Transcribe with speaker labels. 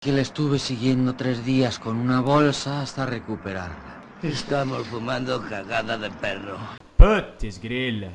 Speaker 1: que la estuve siguiendo tres días con una bolsa hasta recuperarla.
Speaker 2: Estamos fumando cagada de perro.
Speaker 3: Putz, grila.